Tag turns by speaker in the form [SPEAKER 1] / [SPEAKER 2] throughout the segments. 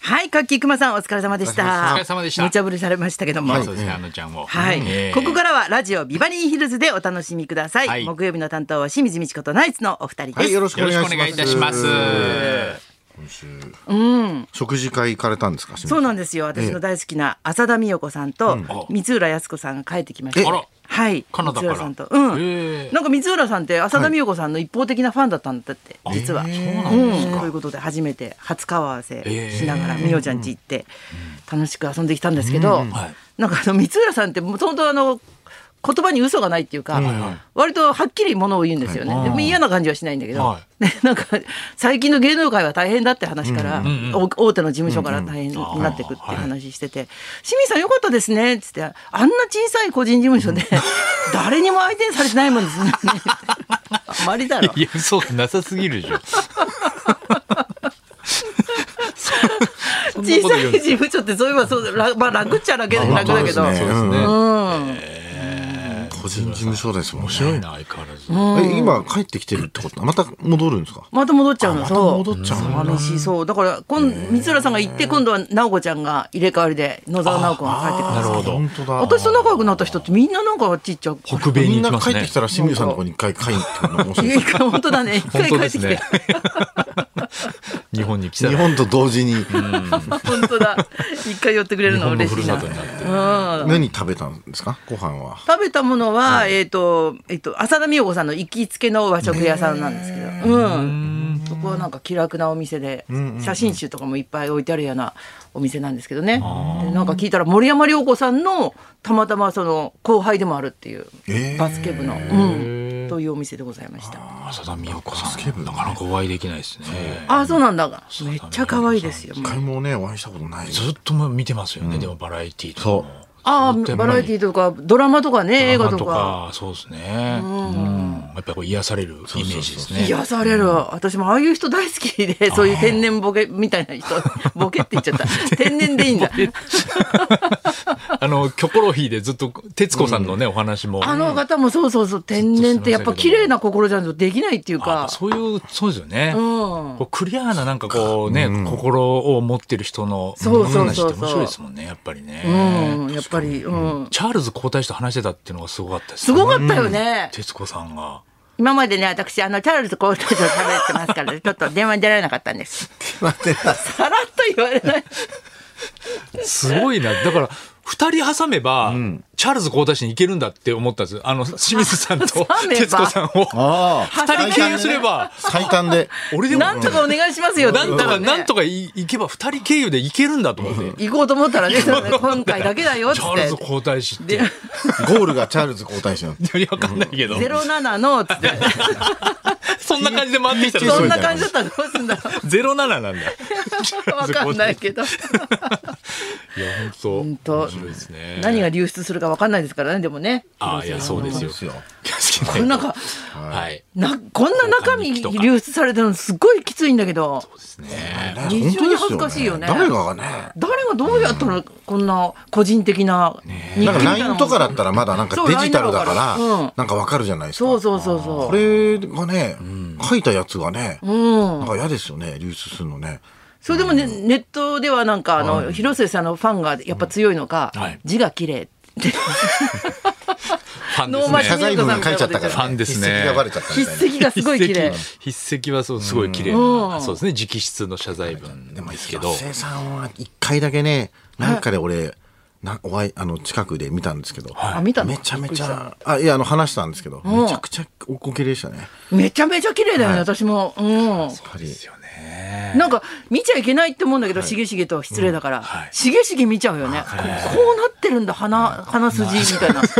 [SPEAKER 1] はい、かっきくまさんお疲れ様でした。
[SPEAKER 2] お疲れ様でした
[SPEAKER 1] 無茶ぶりされましたけども。
[SPEAKER 2] そうですね、あのちゃんを。
[SPEAKER 1] はい、
[SPEAKER 2] えー
[SPEAKER 1] ここからはラジオビバリーヒルズでお楽しみください。
[SPEAKER 2] はい
[SPEAKER 1] 木曜日の担当は清水美智子とナイツのお二人です。
[SPEAKER 3] はい、よろしくお願いし
[SPEAKER 2] よ
[SPEAKER 3] ま
[SPEAKER 2] ろ
[SPEAKER 3] す。
[SPEAKER 2] しくお願いいたします
[SPEAKER 3] 今週、食事会行かれたんですか。
[SPEAKER 1] そうなん
[SPEAKER 3] で
[SPEAKER 1] ですよ。私の大好きな浅田美代子さんと光浦靖子さんが帰ってきまし
[SPEAKER 2] えあ
[SPEAKER 1] た
[SPEAKER 2] ら。
[SPEAKER 1] はい。
[SPEAKER 2] カナダから
[SPEAKER 1] 光浦さんと。う
[SPEAKER 2] へえ
[SPEAKER 1] ん。なんか光浦さんって浅田美代子さんの一方的なファンだったんだって、実は。うん。ということで初めて初顔合わせしながら美代ちゃん家行って楽しく遊んできたんですけど、なんかあの光浦さんってもともとあの言葉に嘘がないっていうか、割とはっきりものを言うんですよね。でも嫌な感じはしないんだけど
[SPEAKER 2] は、
[SPEAKER 1] で なんか最近の芸能界は大変だって話から、お大手の事務所から大変になってくっていう話してて「清水さんよかったですね」っつって「あんな小さい個人事務所で 誰にも相手にされてないもんですね」あまりだろ
[SPEAKER 2] いや、そう、なさすぎ るでしょ。
[SPEAKER 1] 小さい事務所ってそういえばそうら、まあ、楽っちゃ楽楽だけど、
[SPEAKER 3] そうですね。
[SPEAKER 1] うん、
[SPEAKER 3] 個人事務所ですもんね。
[SPEAKER 2] 面白いな、相変わらず。
[SPEAKER 3] え、今帰ってきてるってこと、また戻るんですか。
[SPEAKER 1] また戻っちゃうの
[SPEAKER 3] あまた
[SPEAKER 1] そう
[SPEAKER 3] 戻っちゃうんだ
[SPEAKER 1] 寂しいそうだから今光浦さんが行って今度は直子ちゃんが入れ替わりで野沢直子が帰ってくる
[SPEAKER 2] なるほど
[SPEAKER 3] 本当だ。
[SPEAKER 1] 私と仲良くなった人ってみんななんかあっち行っちゃう
[SPEAKER 2] 北米
[SPEAKER 3] み
[SPEAKER 2] に
[SPEAKER 3] ん
[SPEAKER 2] 行
[SPEAKER 3] な
[SPEAKER 2] きます
[SPEAKER 3] 帰
[SPEAKER 2] ね。
[SPEAKER 3] ってきたら清水さんのところに一回帰ってくるの面白いです
[SPEAKER 1] い
[SPEAKER 3] ね。
[SPEAKER 1] や本当だ ね。一回
[SPEAKER 2] 本
[SPEAKER 1] 帰
[SPEAKER 2] 当
[SPEAKER 1] っ
[SPEAKER 2] で
[SPEAKER 1] て
[SPEAKER 2] す
[SPEAKER 1] きて。
[SPEAKER 2] ね。日本に来た
[SPEAKER 3] 日
[SPEAKER 2] ら。
[SPEAKER 3] 本と同時に
[SPEAKER 1] 本当だ。一回寄ってくれるのは嬉しいな。
[SPEAKER 2] 日本の故郷に
[SPEAKER 1] うん。
[SPEAKER 3] 何食べたんですかご飯は
[SPEAKER 1] 食べたものは、えっ、と、えっ、と、浅田美代子さんの行きつけの和食屋さんなんですけど。うん。そこはなんか気楽なお店で、写真集とかもいっぱい置いてあるようなお店なんですけどね。でなんか聞いたら森山良子さんの、たまたまその後輩でもあるっていう、
[SPEAKER 3] えー
[SPEAKER 1] バスケ部の、うん、というお店でございました。
[SPEAKER 2] 浅田美代子さん。なかなかお会いできないですね。
[SPEAKER 1] あ、そうなんだが。めっちゃ可愛いですよ。
[SPEAKER 3] 一回もねお会いしたことないです
[SPEAKER 2] ずっと見てますよね、でもバラエティーとかも。
[SPEAKER 1] ああ、バラエティーとか、ドラマとかね、映画とか。
[SPEAKER 2] そうですね。うん。やっぱりこう癒されるイメージですね。
[SPEAKER 1] 癒される、私もああいう人大好きでそういう天然ボケみたい な人ボケって言っちゃった天然でいいんだ
[SPEAKER 2] あの、キョコロヒーでずっと、徹子さんのね、お話も。
[SPEAKER 1] あの方もそうそうそう天然ってやっぱ綺麗な心じゃないとできないっていう
[SPEAKER 2] あ
[SPEAKER 1] か
[SPEAKER 2] そういう、そうですよね。
[SPEAKER 1] うん
[SPEAKER 2] こうクリアななんかこうね、心を持ってる人の
[SPEAKER 1] そうそうそう
[SPEAKER 2] 話
[SPEAKER 1] そ
[SPEAKER 2] っ
[SPEAKER 1] う
[SPEAKER 2] て面白いですもんね、やっぱりね。
[SPEAKER 1] うんやっぱりうん
[SPEAKER 2] チャールズ皇太子と話してたっていうのがすごかったです
[SPEAKER 1] す
[SPEAKER 2] ね。
[SPEAKER 1] ごかったよね、
[SPEAKER 2] 徹子さんが。
[SPEAKER 1] 今までね私あのチャールズ皇太子と喋ってます からちょっと電話に出られなかったんです
[SPEAKER 3] 待って
[SPEAKER 1] さらっと言われない
[SPEAKER 2] すごいな。だから、二人挟めば、チャールズ皇太子に行けるんだって思ったんです。あの、清水さんと
[SPEAKER 1] 挟めば
[SPEAKER 2] 徹子さんを。
[SPEAKER 3] ああ
[SPEAKER 2] 二人経由すれば、
[SPEAKER 3] 最短で
[SPEAKER 2] 俺でも、
[SPEAKER 1] なんとかお願いしますよって
[SPEAKER 2] な
[SPEAKER 1] 言っ
[SPEAKER 2] んと
[SPEAKER 1] たも
[SPEAKER 2] か、
[SPEAKER 1] んね
[SPEAKER 2] なんとかい行けば二人経由で行けるんだと思って。
[SPEAKER 1] 行こうと思ったらねそうね今回だけだよっつ
[SPEAKER 2] チ
[SPEAKER 1] っ
[SPEAKER 2] ャールズ
[SPEAKER 1] て
[SPEAKER 2] 皇太子って。い
[SPEAKER 1] で
[SPEAKER 3] ゴールがチャールズ皇太子なんです
[SPEAKER 2] や、わかんないけど。
[SPEAKER 1] 07のつって
[SPEAKER 2] そんな感じで回ってきたら
[SPEAKER 1] そんな感じだったらどうす んだろ
[SPEAKER 2] 07なんだ。いう
[SPEAKER 1] わかんないけど
[SPEAKER 2] や、本当。
[SPEAKER 1] 本当
[SPEAKER 2] 面白いですね。
[SPEAKER 1] 何が流出するかわかんないですからねでもね
[SPEAKER 2] ああ、いや、そうですよ。
[SPEAKER 3] ですよ
[SPEAKER 2] 気をつけない
[SPEAKER 1] ことれなんか
[SPEAKER 2] はい。
[SPEAKER 1] なこんな中身
[SPEAKER 2] とか
[SPEAKER 1] 流出されてるのすっごいきついんだけど
[SPEAKER 3] 本当
[SPEAKER 1] 非
[SPEAKER 3] です
[SPEAKER 1] 常に恥ずかしいよね
[SPEAKER 3] 誰ががね
[SPEAKER 1] 誰がどうやったらこんな個人的な日記み
[SPEAKER 3] なんか
[SPEAKER 1] たいな
[SPEAKER 3] LINE とかだったらまだなんかデジタルだ
[SPEAKER 1] そ
[SPEAKER 3] か
[SPEAKER 1] う LINE だからうん
[SPEAKER 3] らなんかわかるじゃないですか
[SPEAKER 1] そうそうそうそう
[SPEAKER 3] これがね書いたやつがね
[SPEAKER 1] うん
[SPEAKER 3] なんか嫌ですよね流出するのね
[SPEAKER 1] それでもねネットではなんかあの広末さんのファンがやっぱ強いのか
[SPEAKER 2] はい
[SPEAKER 1] 字が綺麗
[SPEAKER 2] ファン
[SPEAKER 1] ノーマ
[SPEAKER 2] で
[SPEAKER 1] ル
[SPEAKER 3] 謝
[SPEAKER 2] すね。
[SPEAKER 3] 罪文が書いちゃったから
[SPEAKER 2] ファンですね
[SPEAKER 3] 筆跡がバレちゃったみたいな
[SPEAKER 1] 筆跡がすごい綺麗
[SPEAKER 2] 筆跡はそうすごい綺麗な、そうですね直筆の謝罪文
[SPEAKER 3] でも
[SPEAKER 2] ですけど
[SPEAKER 3] 広末さんは一回だけねなんかで俺なお会いあの近くで見たんですけど、
[SPEAKER 1] あ見たの
[SPEAKER 3] めちゃめちゃあいやあの話したんですけど、めちゃくちゃおこけでしたねやっ
[SPEAKER 1] めちゃめちゃ綺麗だよね私もうん
[SPEAKER 3] ぱり
[SPEAKER 2] ですよね。
[SPEAKER 1] なんか見ちゃいけないって思うんだけど、しげしげと失礼だから、
[SPEAKER 2] はい
[SPEAKER 1] しげしげ見ちゃうよね、こうなってるんだ鼻鼻筋みたいな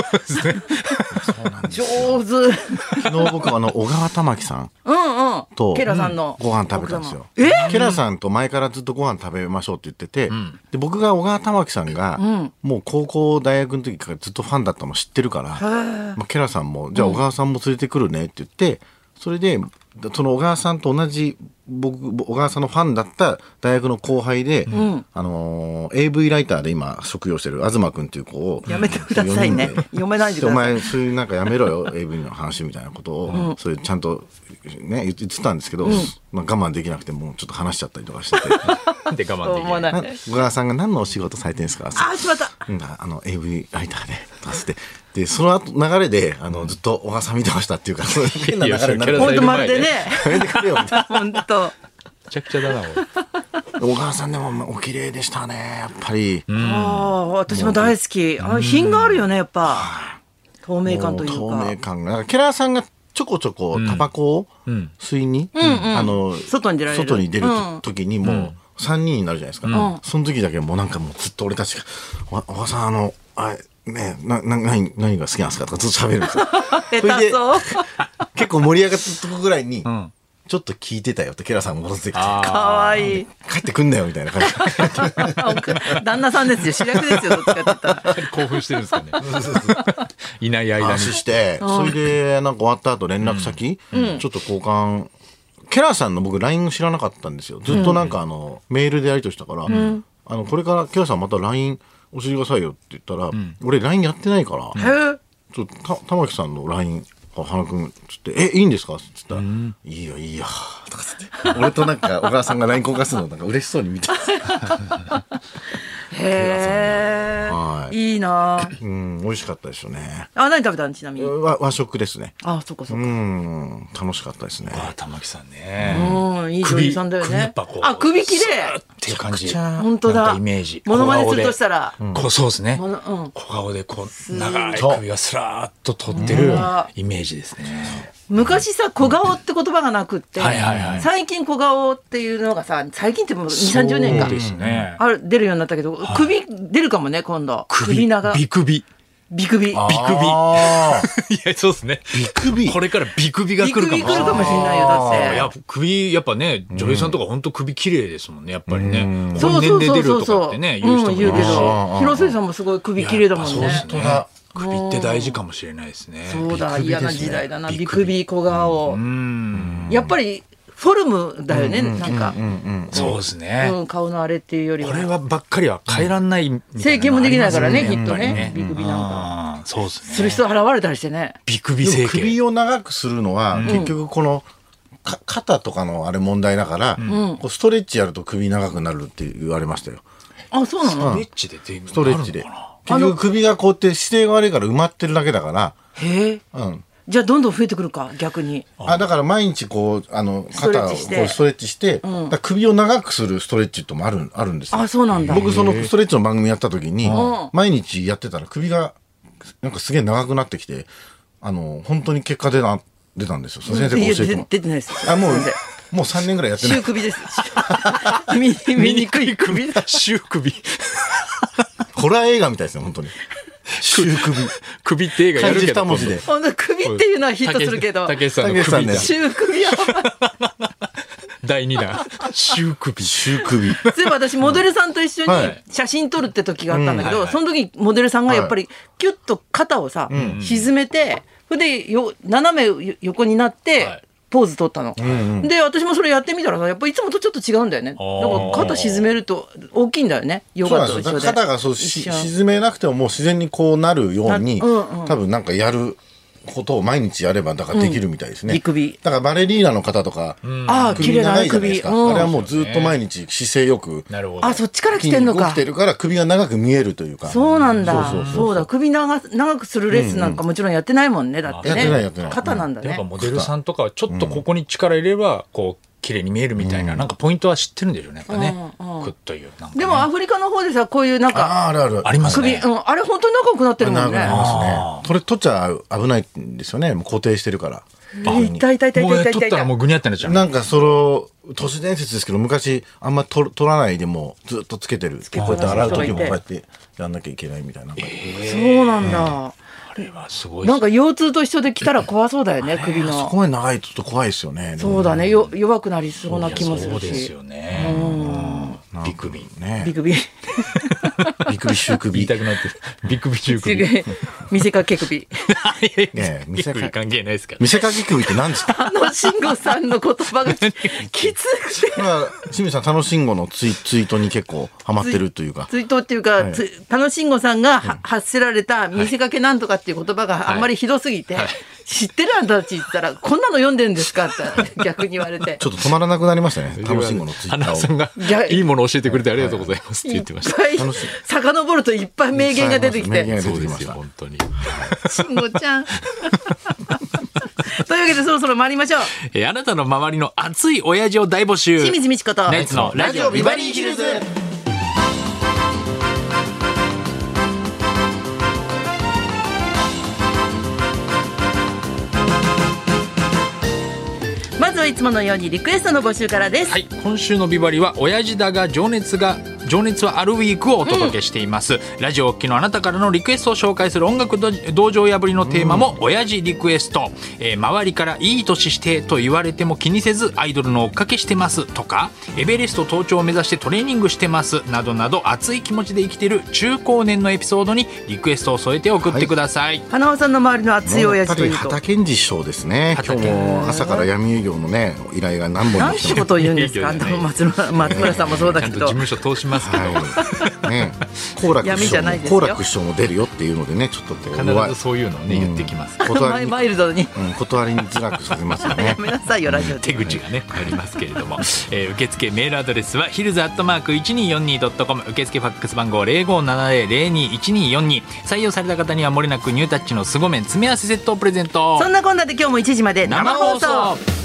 [SPEAKER 1] 上手
[SPEAKER 3] 昨日僕はあの小川玉木さん
[SPEAKER 1] うんうん
[SPEAKER 3] と
[SPEAKER 1] ケラさんの、
[SPEAKER 3] ご飯食べたんですよ
[SPEAKER 1] え
[SPEAKER 3] ケラさんと前からずっとご飯食べましょうって言ってて、で僕が小川玉木さんが、もう高校大学の時からずっとファンだったの知ってるから、まあ、ケラさんもじゃあ小川さんも連れてくるねって言って、それでその小川さんと同じ僕小川さんのファンだった大学の後輩で、あのー AV ライターで今職業してる東君っていう子を
[SPEAKER 1] やめてくださいね
[SPEAKER 3] 四人で
[SPEAKER 1] 読めないでください
[SPEAKER 3] お前そういうなんかやめろよ AV の話みたいなことを、そういうちゃんとね言って言ってたんですけど、まあ、我慢できなくてもうちょっと話しちゃったりとかし てて
[SPEAKER 2] なんで我慢で
[SPEAKER 1] 思
[SPEAKER 2] きな
[SPEAKER 1] わ
[SPEAKER 2] い
[SPEAKER 1] な。
[SPEAKER 3] ない小川さんが何のお仕事されてるんですか
[SPEAKER 1] あー、しまった。
[SPEAKER 3] うん、あの AV ライターでとかつってでその後流れであのずっと小川さん見てましたっていう かそういう変な流れになる
[SPEAKER 2] いや
[SPEAKER 1] 本
[SPEAKER 2] いや
[SPEAKER 1] 当まるで ね。
[SPEAKER 3] やめてくれよみたいな
[SPEAKER 1] 本当。
[SPEAKER 2] めちゃくちゃ だな、俺。
[SPEAKER 3] 小川さんでもお綺麗でしたねやっぱり、
[SPEAKER 1] ああ、私も大好き。あ、品があるよね、やっぱ。透明感という
[SPEAKER 3] 透
[SPEAKER 1] か
[SPEAKER 3] 明。感がなんかケラーさんがちょこちょこタバコを
[SPEAKER 2] ん
[SPEAKER 3] 吸いに、
[SPEAKER 1] ん
[SPEAKER 3] あの
[SPEAKER 1] 外に出られる
[SPEAKER 3] 外に出る
[SPEAKER 1] うん
[SPEAKER 3] 時にもう3人になるじゃないですか、
[SPEAKER 1] ん
[SPEAKER 3] その時だけもうなんかもうずっと俺たちが「わ小川さんあのあれねなな何何が好きなんですか?」とかずっと喋るんですよ
[SPEAKER 1] 下手そう。
[SPEAKER 3] 結構盛り上がったとこぐらいに、
[SPEAKER 2] ん
[SPEAKER 3] ちょっと聞いてたよってケラーさんも戻ってきて
[SPEAKER 2] あ
[SPEAKER 1] 可愛いい。
[SPEAKER 3] 帰ってくんなよみたいな感じ
[SPEAKER 1] 旦那さんですよ。主役ですよ。どっちかって言ったら。
[SPEAKER 2] 興奮してるんですかね。 いない間に。
[SPEAKER 3] 話してそれでなんか終わった後連絡先、ちょっと交換ケラーさんの僕 LINE 知らなかったんですよずっとなんかあの、メールでやり取りしたから、あのこれからケラーさんまた LINE 教えてくださいよって言ったら、俺 LINE やってないから、
[SPEAKER 1] へえ。
[SPEAKER 3] ちょっとた玉木さんの LINE あ花君つって「えいいんですか?」っつったら「いいよいいよ」とかつって俺となんか小川さんが LINE 交換するのなんか嬉しそうに見てます
[SPEAKER 1] へ
[SPEAKER 3] は
[SPEAKER 1] え。
[SPEAKER 3] い
[SPEAKER 1] いいなあ。
[SPEAKER 3] うん美味しかったですよね
[SPEAKER 1] あ、何食べたのちなみに。
[SPEAKER 3] 和和食ですね
[SPEAKER 1] あ、そっかそっ
[SPEAKER 3] う
[SPEAKER 1] か。
[SPEAKER 3] ん楽しかったですね
[SPEAKER 2] ああ、玉木さんね。
[SPEAKER 1] うん、いい女優さんだよ
[SPEAKER 2] 首やっ
[SPEAKER 1] ね
[SPEAKER 2] ぱこ。う
[SPEAKER 1] あ、首切れ。
[SPEAKER 2] っていう感じ。
[SPEAKER 1] 本当
[SPEAKER 2] なん
[SPEAKER 1] だ。
[SPEAKER 2] かイメージ。
[SPEAKER 1] モノマネするとしたら。
[SPEAKER 2] 小顔で。こうそうですね
[SPEAKER 1] モ。ノうん
[SPEAKER 2] 小顔でこう長い首がスラーっと取ってるイメージですね。
[SPEAKER 1] 昔さ小顔って言葉がなくって、
[SPEAKER 2] はいはいはい
[SPEAKER 1] 最近小顔っていうのがさ最近ってもう2 3 0年か
[SPEAKER 2] そうですね。
[SPEAKER 1] ある出るようになったけど、首出るかもね今度
[SPEAKER 2] 首
[SPEAKER 1] 長
[SPEAKER 2] ビクビ。
[SPEAKER 1] ビクビ
[SPEAKER 2] ビクビ。
[SPEAKER 3] あ
[SPEAKER 2] いや、そうですね。ビ
[SPEAKER 3] クビ
[SPEAKER 2] これからビクビが
[SPEAKER 1] ビ
[SPEAKER 2] 来
[SPEAKER 1] ク
[SPEAKER 2] るか
[SPEAKER 1] ビ
[SPEAKER 2] も
[SPEAKER 1] 来るかもしれないよだっ
[SPEAKER 2] いや
[SPEAKER 1] て
[SPEAKER 2] 首やっぱね女優さんとか本当首綺麗ですもんねやっぱりね
[SPEAKER 1] そ
[SPEAKER 2] 本
[SPEAKER 1] うそう
[SPEAKER 2] 年で
[SPEAKER 1] そ
[SPEAKER 2] 出
[SPEAKER 1] う
[SPEAKER 2] ると
[SPEAKER 1] そ
[SPEAKER 2] かっ
[SPEAKER 1] う、う
[SPEAKER 2] て
[SPEAKER 1] ん、
[SPEAKER 2] ね
[SPEAKER 1] 言
[SPEAKER 2] 言う人
[SPEAKER 1] う
[SPEAKER 2] もい
[SPEAKER 1] け
[SPEAKER 2] るし
[SPEAKER 1] ど広末さんもすごい首切れだもん
[SPEAKER 2] いや
[SPEAKER 1] ね
[SPEAKER 2] やっぱそうですね首って大事かもしれないですね
[SPEAKER 1] そうだ
[SPEAKER 2] ビクビ
[SPEAKER 1] 嫌
[SPEAKER 2] ですね
[SPEAKER 1] な時代だなビ
[SPEAKER 2] ビ
[SPEAKER 1] ク
[SPEAKER 2] クビ
[SPEAKER 1] ビ小顔、
[SPEAKER 2] うん
[SPEAKER 1] やっぱりフォルムだよね、なんか、うん
[SPEAKER 2] そうですね
[SPEAKER 1] 顔のあれっていうより
[SPEAKER 2] こ
[SPEAKER 1] は
[SPEAKER 2] れはばっかりは変えらんないみたいな
[SPEAKER 1] 整形もできないからね
[SPEAKER 2] あり
[SPEAKER 1] きっ
[SPEAKER 2] ます
[SPEAKER 1] と
[SPEAKER 2] よ
[SPEAKER 1] ね
[SPEAKER 2] やっぱり
[SPEAKER 1] ビクビなんか
[SPEAKER 2] あーそうですね
[SPEAKER 1] する人現れたりしてね
[SPEAKER 2] ビクビ
[SPEAKER 3] で
[SPEAKER 2] 整
[SPEAKER 3] も
[SPEAKER 2] 形
[SPEAKER 3] 首を長くするのは、結局このか肩とかのあれ問題だから、こうストレッチやると首長くなるって言われましたよ
[SPEAKER 1] あそうなの、
[SPEAKER 2] ストレッチでで
[SPEAKER 3] ストレッチで
[SPEAKER 2] なるのかな
[SPEAKER 3] 結局首がこうやって姿勢が悪いから埋まってるだけだか
[SPEAKER 1] へえ
[SPEAKER 3] ら、うん、
[SPEAKER 1] じゃあどんどん増えてくるか逆に
[SPEAKER 3] あだから毎日こうあの
[SPEAKER 1] ストレ
[SPEAKER 3] 肩
[SPEAKER 1] ッ
[SPEAKER 3] を
[SPEAKER 1] チし
[SPEAKER 3] こう
[SPEAKER 1] て
[SPEAKER 3] ストレッチして、だから首を長くするストレッチともあるあるんですよ
[SPEAKER 1] あそうなんだ
[SPEAKER 3] 僕そのストレッチの番組やった時に
[SPEAKER 1] ん
[SPEAKER 3] 毎日やってたら首がなんかすげえ長くなってきてあの本当に結果出な出たんですよその先生
[SPEAKER 1] い
[SPEAKER 3] が
[SPEAKER 1] や
[SPEAKER 3] 教えても
[SPEAKER 1] 出出てないです
[SPEAKER 3] あもう
[SPEAKER 1] すいません
[SPEAKER 3] もう3年ぐらいやってない
[SPEAKER 1] 中首です 見見にくい首 だ
[SPEAKER 2] 週 首
[SPEAKER 3] ホラー映画みたいですね本当に中首
[SPEAKER 2] 首って映画や
[SPEAKER 3] 漢
[SPEAKER 2] る
[SPEAKER 3] 字
[SPEAKER 2] けど
[SPEAKER 3] 二文字で
[SPEAKER 1] ほんと首っていうのはヒットするけど
[SPEAKER 2] たけしさん
[SPEAKER 3] たけし
[SPEAKER 2] の
[SPEAKER 3] さん
[SPEAKER 2] 首
[SPEAKER 3] の
[SPEAKER 2] だ
[SPEAKER 3] やつ
[SPEAKER 1] 中首は
[SPEAKER 2] 第2弾週首
[SPEAKER 3] 中首
[SPEAKER 1] そういえば私モデルさんと一緒に
[SPEAKER 3] はい
[SPEAKER 1] 写真撮るって時があったんだけど、
[SPEAKER 2] うんはいはい
[SPEAKER 1] その時にモデルさんがやっぱりキュッと肩をさ、沈めてそれでよ斜めよ横になって、
[SPEAKER 2] はい
[SPEAKER 1] ポーズ撮ったの、で私もそれやってみたらさやっぱいつもとちょっと違うんだよねだ
[SPEAKER 2] あー
[SPEAKER 1] から肩沈めると大きいんだよねヨ
[SPEAKER 3] そうな
[SPEAKER 1] ガと
[SPEAKER 3] んです
[SPEAKER 1] 一緒
[SPEAKER 3] よだ
[SPEAKER 1] で
[SPEAKER 3] から肩がそうし
[SPEAKER 1] 一緒
[SPEAKER 3] 沈めなくてももう自然にこうなるように、
[SPEAKER 1] なうんうん
[SPEAKER 3] 多分なんかやることを毎日やればだからできるみたいですね、
[SPEAKER 1] うんビクビ
[SPEAKER 3] だからバレリーナの方とか、
[SPEAKER 1] ああ綺
[SPEAKER 3] 首
[SPEAKER 1] 麗な
[SPEAKER 3] 長
[SPEAKER 1] あ
[SPEAKER 3] いじゃない
[SPEAKER 1] 首
[SPEAKER 3] ですか、
[SPEAKER 1] うん
[SPEAKER 3] あれはもうずっと毎日姿勢よく
[SPEAKER 2] なるほど
[SPEAKER 1] あそっちから来て
[SPEAKER 3] 筋
[SPEAKER 1] んの
[SPEAKER 3] 肉が
[SPEAKER 1] か
[SPEAKER 3] 来てるから首が長く見えるというか
[SPEAKER 1] そうなんだ
[SPEAKER 3] そうそうそう
[SPEAKER 1] そうだ首長長くするレッスンなんかもちろんやってないもんねだって
[SPEAKER 3] やってないやって
[SPEAKER 1] ね
[SPEAKER 3] ない
[SPEAKER 1] 肩なんだ
[SPEAKER 2] やっ
[SPEAKER 1] ね
[SPEAKER 2] ぱモデルさんとかはちょっとここに力入れればこう綺麗に見えるみたいな、なんかポイントは知ってるんでしょうねやっぱね、
[SPEAKER 1] うんうん
[SPEAKER 2] くっというなんかね、
[SPEAKER 1] でもアフリカの方でさこういうなんか
[SPEAKER 3] あああるある
[SPEAKER 2] あります
[SPEAKER 1] 首、
[SPEAKER 2] ね
[SPEAKER 1] うん、あれ本当に仲良くなってるも
[SPEAKER 3] 長
[SPEAKER 1] ん
[SPEAKER 3] くなりま
[SPEAKER 1] ね。
[SPEAKER 3] す
[SPEAKER 2] あ
[SPEAKER 3] ねこれ取っちゃ危ないんですよねもう固定してるから
[SPEAKER 1] 痛い痛い痛い痛い
[SPEAKER 2] もう
[SPEAKER 1] 痛
[SPEAKER 2] ね
[SPEAKER 1] い痛
[SPEAKER 2] 取
[SPEAKER 1] い
[SPEAKER 2] ったらもうぐにゃってなっちゃう
[SPEAKER 3] なんかその都市伝説ですけど昔あんま取取らないでもうずっとつけてるこうやって洗う時もこうやってやんなきゃいけないみたいな、
[SPEAKER 1] そうなんだ。
[SPEAKER 2] あれはすごい
[SPEAKER 1] なんか腰痛と一緒で来たら怖そうだよね、首
[SPEAKER 3] そこ
[SPEAKER 1] の。
[SPEAKER 3] まで長いとちょっと怖いですよね
[SPEAKER 1] そうだね、よ弱くなりそうな気もす
[SPEAKER 2] そう
[SPEAKER 1] る
[SPEAKER 2] です
[SPEAKER 1] し。
[SPEAKER 2] よね、うん、ビクビ
[SPEAKER 3] ね
[SPEAKER 1] ビクビ。
[SPEAKER 3] びっくりしゅう
[SPEAKER 2] 言
[SPEAKER 3] 首。
[SPEAKER 2] いたくなってる。ビッグビチュークビ。
[SPEAKER 1] 見せかけ首。
[SPEAKER 3] ねえ見
[SPEAKER 2] 見
[SPEAKER 3] せ
[SPEAKER 2] せ
[SPEAKER 3] かけ
[SPEAKER 2] か関係ないですから。
[SPEAKER 3] 見せかけ首って何ですか
[SPEAKER 1] あの慎吾さんの言葉 がききつくて。
[SPEAKER 3] 今、清水さん、楽しんごのツイツイートに結構ハマってるというか。
[SPEAKER 1] 追悼っていうか、
[SPEAKER 3] い
[SPEAKER 1] つ楽しんごさんがは発せられた見せかけなんとかっていう言葉があんまりひどすぎて、
[SPEAKER 2] はい
[SPEAKER 1] 知ってるあんたたち言ったら、こんなの読んでるんですかって逆に言われて
[SPEAKER 3] ち。ょっと止まらなくなりましたね。楽しんごのツイッタ
[SPEAKER 2] 花さん
[SPEAKER 3] ーを。
[SPEAKER 2] が
[SPEAKER 1] 逆、
[SPEAKER 2] いいもの教えてくれてありがとうございますって言ってました。
[SPEAKER 1] いっぱい遡るといっぱい名言が出てき
[SPEAKER 3] 名言
[SPEAKER 1] て、
[SPEAKER 3] が出
[SPEAKER 2] そう
[SPEAKER 3] て
[SPEAKER 2] で
[SPEAKER 3] きますし
[SPEAKER 2] よ、
[SPEAKER 3] た。
[SPEAKER 2] 本当に。
[SPEAKER 1] 慎吾ちゃん。 というわけでそろそろ参りましょう。
[SPEAKER 2] えーあなたの周りの熱い親父を大募集。
[SPEAKER 1] 清水美智子と。
[SPEAKER 2] ナイツのラジオビバリーヒルズ。
[SPEAKER 1] まずはいつものようにリクエストの募集からです。
[SPEAKER 2] はい、今週のビバリは親父だが情熱が情熱はあるウィークをお届けしています、ラジオお聞きのあなたからのリクエストを紹介する音楽ど道場破りのテーマも親父リクエスト、えー周りからいい年してと言われても気にせずアイドルの追っかけしてますとかエベレスト登頂を目指してトレーニングしてますなどなど熱い気持ちで生きている中高年のエピソードにリクエストを添えて送ってください、
[SPEAKER 1] 花輪さんの周りの熱い
[SPEAKER 3] や
[SPEAKER 1] 親
[SPEAKER 3] っぱ
[SPEAKER 1] 父と
[SPEAKER 3] り
[SPEAKER 1] いうと。
[SPEAKER 3] 畑健二師匠ですね。今日も朝から闇営業のね、依頼が何本
[SPEAKER 1] なん
[SPEAKER 3] も
[SPEAKER 1] てことを言うんですか。あん
[SPEAKER 2] いいよ
[SPEAKER 1] た
[SPEAKER 2] ね
[SPEAKER 1] も松村松村さんもそうだ
[SPEAKER 2] ちゃ
[SPEAKER 1] け
[SPEAKER 2] んと
[SPEAKER 1] ど
[SPEAKER 2] 事。務所通しますけど、
[SPEAKER 3] はい。ね、好楽
[SPEAKER 1] 闇
[SPEAKER 3] 師
[SPEAKER 1] じゃ
[SPEAKER 3] 匠
[SPEAKER 1] ない
[SPEAKER 3] も
[SPEAKER 1] ですよ
[SPEAKER 3] 好楽師匠も出るよっていうのでね、ちょっとこう弱い
[SPEAKER 2] 必ずそういうのをね、
[SPEAKER 3] うん
[SPEAKER 2] 言ってきます
[SPEAKER 3] 断りに
[SPEAKER 1] マイルドに。
[SPEAKER 3] うん、断りにづらくさせますよね
[SPEAKER 1] や。めなさいよラジオ
[SPEAKER 2] 手
[SPEAKER 1] で。
[SPEAKER 2] 口がねありますけれども、 えー受付メールアドレスはヒルズアットマーク 1242.com 受付ファックス番号0570021242採用された方にはもれなくニュータッチの凄麺詰め合わせセットをプレゼント
[SPEAKER 1] そんなこんなで今日も1時まで生放送。
[SPEAKER 2] 送